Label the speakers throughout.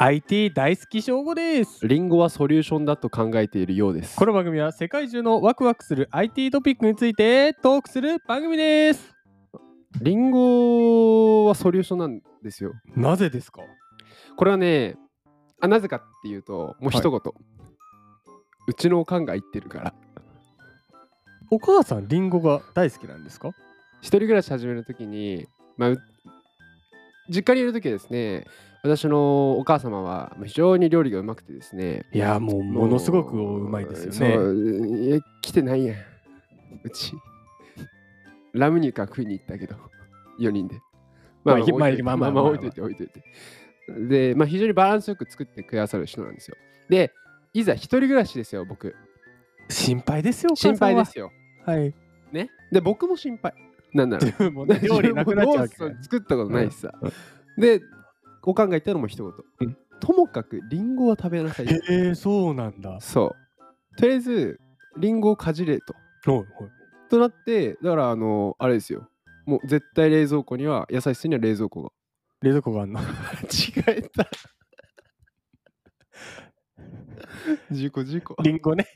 Speaker 1: IT 大好き称号です
Speaker 2: リンゴはソリューションだと考えているようです
Speaker 1: この番組は世界中のワクワクする IT トピックについてトークする番組です
Speaker 2: リンゴはソリューションなんですよ
Speaker 1: なぜですか
Speaker 2: これはねあなぜかっていうともう一言、うちのおかんが言ってるから
Speaker 1: お母さんリンゴが大好きなんですか
Speaker 2: 一人暮らし始めるときに、まあ、う実家にいるときはですね私のお母様は非常に料理がうまくてですね
Speaker 1: いやもうものすごくうまいですよね
Speaker 2: そういや来てないやんうちラムニカ食いに行ったけど4人で
Speaker 1: まあいまあ
Speaker 2: ま
Speaker 1: まあま
Speaker 2: あまあま
Speaker 1: あ
Speaker 2: あ置いといて置いといてで、まあ、非常にバランスよく作ってくださる人なんですよでいざ一人暮らしですよ僕
Speaker 1: 心配ですよお母さん
Speaker 2: 心
Speaker 1: は
Speaker 2: 配ですよ
Speaker 1: はい
Speaker 2: ねで僕も心配なんなら
Speaker 1: もうね 料理なくなっちゃうか
Speaker 2: も
Speaker 1: ら
Speaker 2: う作ったことないしさ、でおかんが言ったのも一言、
Speaker 1: うん
Speaker 2: ともかくリンゴは食べなさい
Speaker 1: へえそうなんだ
Speaker 2: そうとりあえずリンゴをかじれと
Speaker 1: はいはい
Speaker 2: となってだからあのあれですよもう絶対冷蔵庫には優しさには冷蔵庫が
Speaker 1: 冷蔵庫があんの
Speaker 2: 違えた事故事故
Speaker 1: リンゴね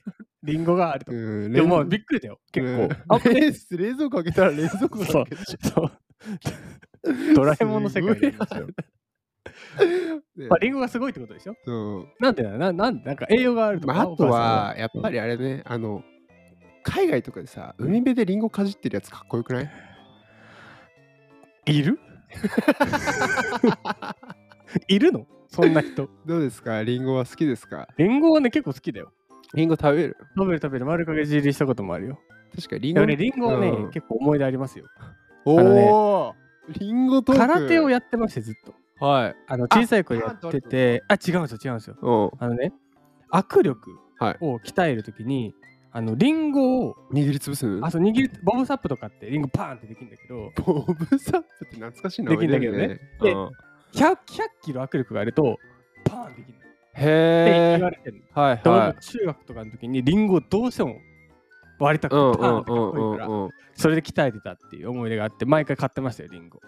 Speaker 1: リンゴがあると
Speaker 2: うん
Speaker 1: でもまあ
Speaker 2: 冷
Speaker 1: びっくりだよ結
Speaker 2: うん
Speaker 1: 構
Speaker 2: あ冷冷蔵庫開けたら冷蔵庫が開け た
Speaker 1: そう ドラえもんの世界ですよ。
Speaker 2: で
Speaker 1: まあ、リンゴがすごいってことでしょ
Speaker 2: そう
Speaker 1: なんでだななんなんか栄養があるとか、
Speaker 2: まあ、あとはやっぱりあれねあの海外とかでさ海辺でリンゴかじってるやつかっこよくない
Speaker 1: お母さんはい るいるのそんな人
Speaker 2: どうですかリンゴは好きですか
Speaker 1: リンゴはね結構好きだよ
Speaker 2: リンゴ食べる
Speaker 1: 食べる食べる丸かけじりしたこともあるよ
Speaker 2: 確かにリン
Speaker 1: で
Speaker 2: ゴ
Speaker 1: もねリンゴはね、
Speaker 2: うん
Speaker 1: 結構思い出ありますよ
Speaker 2: お
Speaker 1: あのね
Speaker 2: おーリンゴトーク
Speaker 1: 空手を
Speaker 2: や
Speaker 1: やってましてずっと
Speaker 2: はい
Speaker 1: あの小さい頃やっててあ違うんですよ違うんですよ
Speaker 2: うん
Speaker 1: あのね握力
Speaker 2: はい
Speaker 1: を鍛えるときに、あのリンゴを
Speaker 2: 握りつぶす
Speaker 1: あそう握りボブサップとかってリンゴパーンってできるんだけど
Speaker 2: ボブサップって懐かしいな
Speaker 1: できんだけどねで100, 100キロ握力があるとパーンできるって
Speaker 2: へ
Speaker 1: 言
Speaker 2: え
Speaker 1: われてるの、
Speaker 2: はい
Speaker 1: で俺
Speaker 2: は
Speaker 1: も中学とかの時にリンゴをどうしても割りた
Speaker 2: い
Speaker 1: くて
Speaker 2: うんう
Speaker 1: パーン
Speaker 2: ん
Speaker 1: って
Speaker 2: う
Speaker 1: かっ
Speaker 2: ん
Speaker 1: こいいから、
Speaker 2: うんうん
Speaker 1: それで鍛えてたっていう思い出があって毎回買ってましたよリンゴ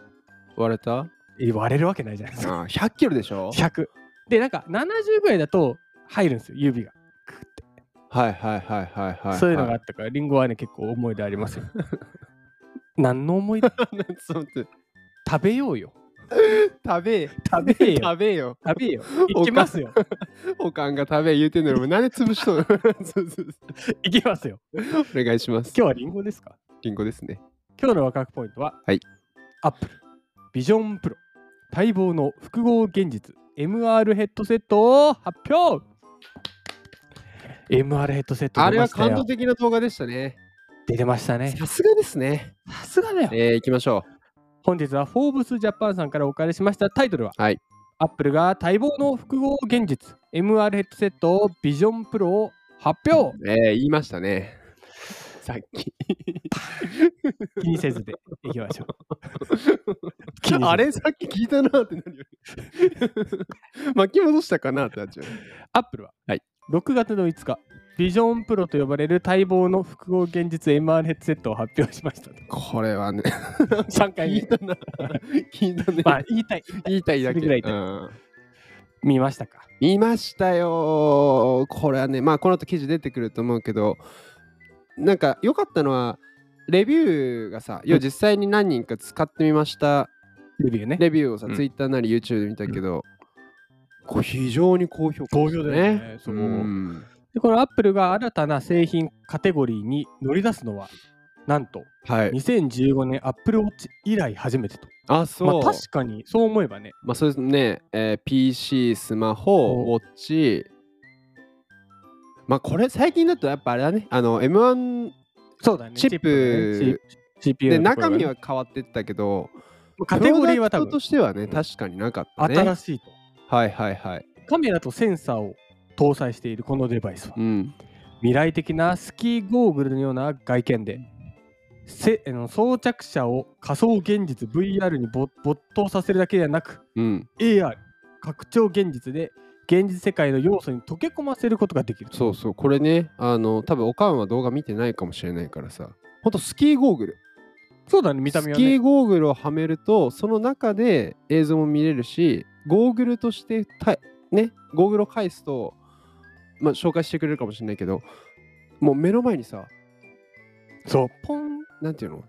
Speaker 2: 割れた
Speaker 1: え割れるわけないじゃないですか
Speaker 2: あ100キロでしょ
Speaker 1: 100でなんか70ぐらいだと入るんですよ指が、
Speaker 2: はいはいはいはいはいはい
Speaker 1: そういうのがあったからリンゴはね結構思い出あり ますよ何の思い出
Speaker 2: そうって
Speaker 1: 食べようよ
Speaker 2: 食べ
Speaker 1: 食べよ
Speaker 2: 食べよ
Speaker 1: 食べよ行きますよ
Speaker 2: おかんが食べ言うてんのにもう何で潰しと るそうそう
Speaker 1: 行きますよ
Speaker 2: そうお願いします
Speaker 1: 今日はリンゴですか
Speaker 2: リンゴですね
Speaker 1: 今日のワクワクポイントは、
Speaker 2: はい、
Speaker 1: アップルビジョンプロ待望の複合現実 MR ヘッドセットを発表 MR ヘッドセット
Speaker 2: あ
Speaker 1: 出
Speaker 2: れ
Speaker 1: ま
Speaker 2: は
Speaker 1: した
Speaker 2: 感動
Speaker 1: よ
Speaker 2: 的な動画でしたね
Speaker 1: 出てましたね
Speaker 2: さすがですね
Speaker 1: さすがだよ
Speaker 2: えー、行きましょ
Speaker 1: 本日はフォーブスジャパンさんからお借りしましたタイトルは、
Speaker 2: はい
Speaker 1: アップルが待望の複合現実 MR ヘッドセットビジョンプロを発表
Speaker 2: うえー、言いましたねさっき
Speaker 1: 気にせずでいきましょう 気にせず
Speaker 2: あれさっき聞いたなってなるよ ね巻き戻したかなってなっちゃう。
Speaker 1: アップルは、
Speaker 2: はい
Speaker 1: 6月の5日、ビジョンプロと呼ばれる待望の複合現実 MR ヘッドセットを発表しましたと。
Speaker 2: これはね、
Speaker 1: 3回
Speaker 2: 聞い
Speaker 1: 目。
Speaker 2: たな。聞いたね。
Speaker 1: まあ、言いたい。
Speaker 2: 言いたいだけ。
Speaker 1: それぐらい言いたい
Speaker 2: うん
Speaker 1: 見ましたか。
Speaker 2: 見ましたよー。これはね、まあこの後記事出てくると思うけど、なんか良かったのは、レビューがさ、要は実際に何人か使ってみました。
Speaker 1: レビューね。
Speaker 2: レビューをさ、
Speaker 1: うん
Speaker 2: Twitter なり YouTube で見たけど、こう非常に高評価でし
Speaker 1: 高
Speaker 2: た、
Speaker 1: 評だよねそう
Speaker 2: うん
Speaker 1: でこのアップルが新たな製品カテゴリーに乗り出すのは、なんと
Speaker 2: はい。
Speaker 1: 2015年アップルウォッチ以来初めてと。
Speaker 2: あ、そう。
Speaker 1: まあ、確かにそう思えばね、
Speaker 2: まあそうですね、えー PC、スマホ、ウォッチ。まあこれ最近だとやっぱあれだね、あの M1
Speaker 1: そうだね。
Speaker 2: チップ
Speaker 1: CPU
Speaker 2: で
Speaker 1: のところが
Speaker 2: 中
Speaker 1: ね
Speaker 2: 身は変わってったけど、
Speaker 1: カテゴリーは
Speaker 2: プ
Speaker 1: 多
Speaker 2: ロダクト
Speaker 1: 分
Speaker 2: としてはね、確かになかったね。
Speaker 1: 新しいと。
Speaker 2: はいはいはい。
Speaker 1: カメラとセンサーを搭載しているこのデバイスは
Speaker 2: う、ん。
Speaker 1: 未来的なスキーゴーグルのような外見でせあの装着者を仮想現実 VR にぼ没頭させるだけではなく
Speaker 2: うん。
Speaker 1: AR 拡張現実で現実世界の要素に溶け込ませることができる
Speaker 2: そうそう、これね、あの、多分おかんは動画見てないかもしれないからさ、ほんとスキーゴーグル。
Speaker 1: そうだね見た目は
Speaker 2: スキ
Speaker 1: ね
Speaker 2: ーゴーグルをはめると、その中で映像も見れるし、ゴーグルとしてたね、ゴーグルを返すと、まあ、紹介してくれるかもしれないけど、もう目の前にさ、
Speaker 1: そう。
Speaker 2: ポン、なんていうの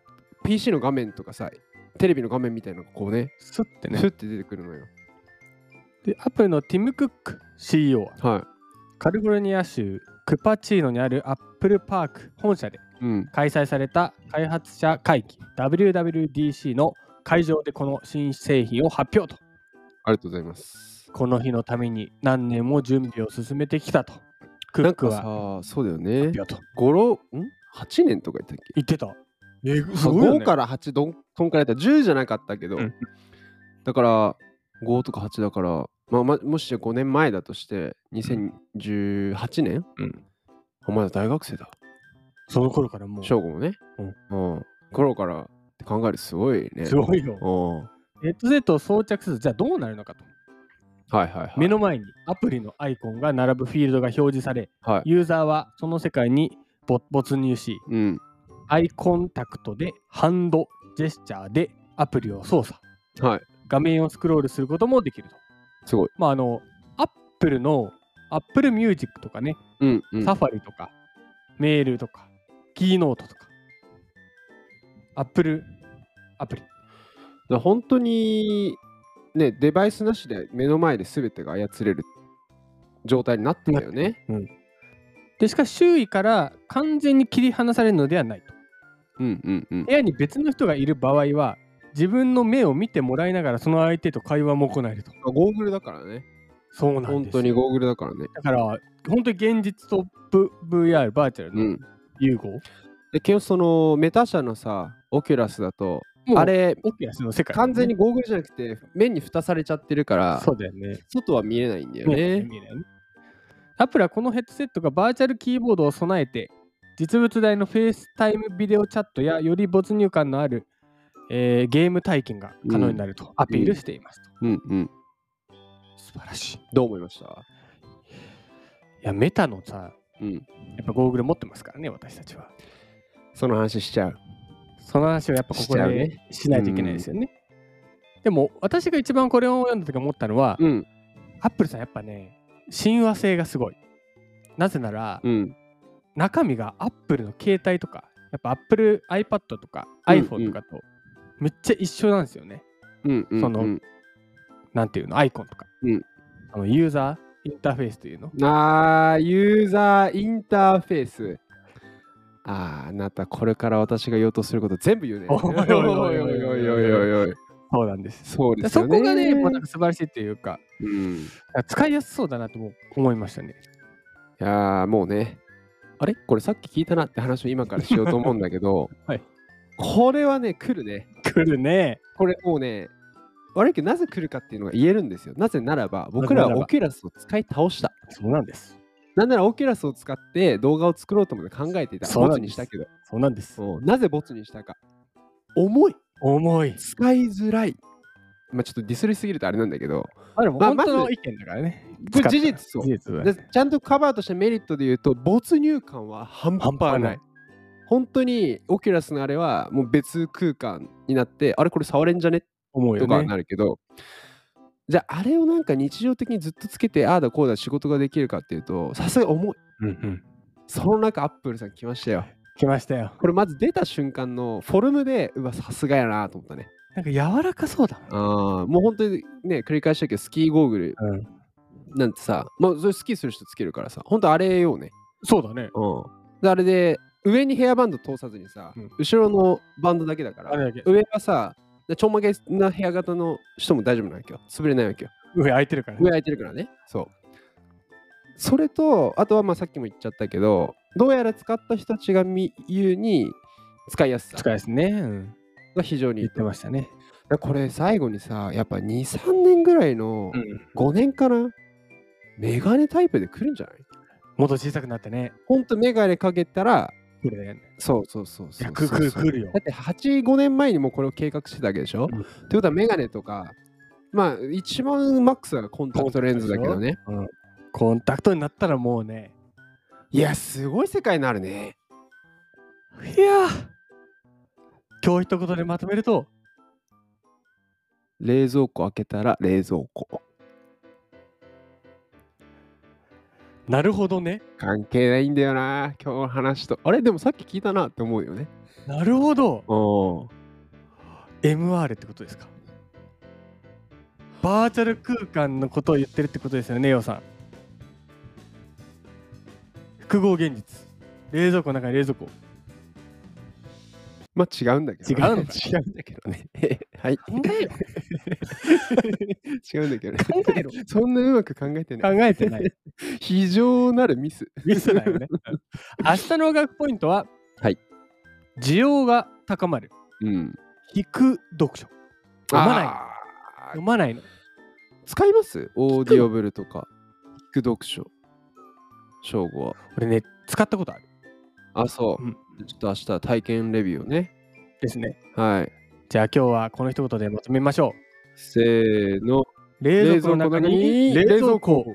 Speaker 2: ?PC の画面とかさ、テレビの画面みたいなのがこうね、
Speaker 1: すって
Speaker 2: ふ
Speaker 1: ね。
Speaker 2: って出てくるのよ。
Speaker 1: で、アップルのティム・クック CEO は、
Speaker 2: は
Speaker 1: カリフォルニア州クパチーノにあるアップルパーク本社で
Speaker 2: い。うん。
Speaker 1: 開催された開発者会議 WWDC の会場でこの新製品を発表と。
Speaker 2: ありがとうございます。
Speaker 1: この日のために何年も準備を進めてきたと。ク
Speaker 2: な
Speaker 1: ッ
Speaker 2: ん
Speaker 1: ク
Speaker 2: か
Speaker 1: は
Speaker 2: さ、そうだよね。
Speaker 1: 発表と。
Speaker 2: 5、6、ん ?8 年とか言ったっけ
Speaker 1: 言ってた。えー、
Speaker 2: そう5
Speaker 1: か。
Speaker 2: からら8どんどんからやったら10じゃなかったけど、
Speaker 1: うん
Speaker 2: だから5とか8だから、まあ、まもし5年前だとして2018年、
Speaker 1: うん
Speaker 2: お前は大学生だ
Speaker 1: その頃からもう。
Speaker 2: 省吾もね、うん、頃からって考えるとすごいね
Speaker 1: すごいよ
Speaker 2: う。んは
Speaker 1: ヘッドセットを装着すると、じゃあどうなるのかと。
Speaker 2: いはいはい
Speaker 1: 目の前にアプリのアイコンが並ぶフィールドが表示され、
Speaker 2: はい
Speaker 1: ユーザーはその世界に没没入し、
Speaker 2: うん
Speaker 1: アイコンタクトでハンドジェスチャーでアプリを操作、
Speaker 2: はい
Speaker 1: 画面をスクロールすることもできると。
Speaker 2: すごい
Speaker 1: まあ、あの、アップルのアップルミュージックとかね、
Speaker 2: うんうん
Speaker 1: サファリとか、メールとか、キーノートとか、アップルアプリ。
Speaker 2: だから本当にねデバイスなしで目の前で全てが操れる状態になってたよね
Speaker 1: で、しかし周囲から完全に切り離されるのではないと。
Speaker 2: うんうんうん
Speaker 1: 部屋に別の人がいる場合は、自分の目を見てもらいながらその相手と会話も行えると。
Speaker 2: ゴーグルだからね
Speaker 1: そうなん
Speaker 2: 本
Speaker 1: ですよ
Speaker 2: 当にゴーグルだからね
Speaker 1: だから、本当に現実と V- VR、バーチャル
Speaker 2: う
Speaker 1: の
Speaker 2: ん
Speaker 1: 融合。
Speaker 2: で基本そのメタ社のさオキュラスだとあれ
Speaker 1: オキュラスの世界だね、
Speaker 2: 完全にゴーグルじゃなくて面に蓋されちゃってるから
Speaker 1: そうだよね。
Speaker 2: 外は見えないんだよね。
Speaker 1: 見えないねアプリはこのヘッドセットがバーチャルキーボードを備えて、実物大のフェイスタイムビデオチャットやより没入感のある、えーゲーム体験が可能になるとアピールしていますと。
Speaker 2: うんうん。
Speaker 1: 素晴らしい。い
Speaker 2: どう思いました
Speaker 1: や、メタのさ、
Speaker 2: うん。
Speaker 1: やっぱゴーグル持ってますからね、私たちは。
Speaker 2: その話しちゃう。
Speaker 1: その話をやっぱこ
Speaker 2: し
Speaker 1: こ
Speaker 2: ちゃう
Speaker 1: で
Speaker 2: ね
Speaker 1: しないといけないですよね。でも、私が一番これを読んだ時思ったのは、
Speaker 2: うん
Speaker 1: アップルさんやっぱね、親和性がすごい。なぜなら、
Speaker 2: うん
Speaker 1: 中身が Apple の携帯とか、やっぱ Apple iPad とか iPhone とかとめっちゃ一緒なんですよね。
Speaker 2: うんうん。
Speaker 1: その
Speaker 2: うん
Speaker 1: なんていうの、アイコンとか。
Speaker 2: うん
Speaker 1: あのユーザーインターフェースというの。
Speaker 2: あーユーザーインターフェース。あーあなたこれから私が言おうとすること全部言うね。
Speaker 1: おいおいおいおいおいおいおい
Speaker 2: おいおい。
Speaker 1: そうなんです。
Speaker 2: そうです
Speaker 1: そ
Speaker 2: よね。
Speaker 1: こがね、もうなんか素晴らしいというか、
Speaker 2: うん。い
Speaker 1: 使いやすそうだなとも思いましたね。、
Speaker 2: やーもうね。あれこれさっき聞いたなって話を今からしようと思うんだけど
Speaker 1: はい
Speaker 2: これはね、来るね。
Speaker 1: 来るね。
Speaker 2: これもうね、悪いけどなぜ来るかっていうのが言えるんですよ。なぜならば、僕
Speaker 1: な
Speaker 2: ら
Speaker 1: ぜなら
Speaker 2: は
Speaker 1: ば
Speaker 2: オキュラスを使い倒した。
Speaker 1: そうなんです。
Speaker 2: なんならオキュラスを使って動画を作ろうとまで考えていた。
Speaker 1: そう
Speaker 2: ボ
Speaker 1: な
Speaker 2: ツ
Speaker 1: んで
Speaker 2: に
Speaker 1: す
Speaker 2: したけど。
Speaker 1: そうなんです。
Speaker 2: うんなぜボツにしたか。重い。
Speaker 1: 重い。
Speaker 2: 使いづらい。まあちょっとディスりすぎるとあれなんだけど、
Speaker 1: あれも
Speaker 2: まあ
Speaker 1: 本当
Speaker 2: ま
Speaker 1: の
Speaker 2: ず
Speaker 1: 意見だからね。
Speaker 2: こ
Speaker 1: 使
Speaker 2: れ事
Speaker 1: った
Speaker 2: 実そう
Speaker 1: 事実だ
Speaker 2: でちゃんとカバーとしてメリットで言うと、没入感は半端ない。
Speaker 1: 半端ない
Speaker 2: 本当にオキュラスのあれはもう別空間になって、あれこれ触れんじゃね
Speaker 1: 思うよ
Speaker 2: とかに
Speaker 1: ね。
Speaker 2: なるけど、じゃああれをなんか日常的にずっとつけてああだこうだ仕事ができるかっていうとさすがに重い
Speaker 1: うんうん
Speaker 2: その中アップルさん来ましたよ
Speaker 1: 来ましたよ。
Speaker 2: これまず出た瞬間のフォルムでうわさすがやなと思ったね
Speaker 1: なんか柔らかそうだ
Speaker 2: あーもう本当にね繰り返したけどスキーゴーグル
Speaker 1: な。うん。
Speaker 2: なんてさもうそれスキーする人つけるからさ本当あれよね
Speaker 1: そうだね。
Speaker 2: うんであれで上にヘアバンド通さずにさ、
Speaker 1: うん
Speaker 2: 後ろのバンドだけだか
Speaker 1: あ
Speaker 2: ら
Speaker 1: れだけ。
Speaker 2: 上はさでちょんまげなヘア型の人も大丈夫なわけよ潰れないわけよ
Speaker 1: 上空いてるからね
Speaker 2: 上。空いてるからねそうそれとあとはまあさっきも言っちゃったけどどうやら使った人たちがみ言うに使いやすさ
Speaker 1: 使いですね。うん。
Speaker 2: が非常にい
Speaker 1: 言
Speaker 2: い
Speaker 1: ってましたね。
Speaker 2: だこれ最後にさやっぱ23年ぐらいの
Speaker 1: うん。
Speaker 2: 5年かなメガネタイプで来るんじゃない
Speaker 1: もっと小さくなってね。
Speaker 2: ほんとメガネかけたら
Speaker 1: これね。
Speaker 2: そうそうそう
Speaker 1: い
Speaker 2: そ
Speaker 1: や、
Speaker 2: う
Speaker 1: く
Speaker 2: そう
Speaker 1: く
Speaker 2: そう
Speaker 1: くるよ
Speaker 2: だ。って85年前にもうこれを計画してたわけでしょ、
Speaker 1: うん
Speaker 2: ってことはメガネとかまあ一番マックスはコンタクトレンズだけどね
Speaker 1: コンタクトになったらもうね。
Speaker 2: いやすごい世界になるね
Speaker 1: いやー今日一言でまとめると、
Speaker 2: 冷蔵庫開けたら冷蔵庫。
Speaker 1: なるほどね。
Speaker 2: 関係ないんだよな今日の話とあれでもさっき聞いたなって思うよね
Speaker 1: なるほど。
Speaker 2: お
Speaker 1: MR ってことですか。バーチャル空間のことを言ってるってことですよね、ヨウさん。複合現実。冷蔵庫の中に冷蔵庫。
Speaker 2: まあ違うんだけどね、
Speaker 1: 違うの
Speaker 2: 違うんだけどね はい
Speaker 1: 考えよ。
Speaker 2: 違うんだけどね
Speaker 1: 考えろ。
Speaker 2: そんなうまく考えてな い
Speaker 1: 考えてない。
Speaker 2: 非常なるミス
Speaker 1: ミスだ よね。明日の学ポイントは、
Speaker 2: はい
Speaker 1: 需要が高まる。
Speaker 2: うん
Speaker 1: 引く読書。読まない。読まないの。
Speaker 2: 使いますオーディオブルとか、聞く読書、称号は。
Speaker 1: 俺ね、使ったことある。
Speaker 2: あ、そう、
Speaker 1: うん
Speaker 2: ちょっと明日体験レビューをね。
Speaker 1: ですね。
Speaker 2: はい。
Speaker 1: じゃあ今日はこの一言でまとめましょう。
Speaker 2: せーの。
Speaker 1: 冷蔵庫の中に冷蔵庫。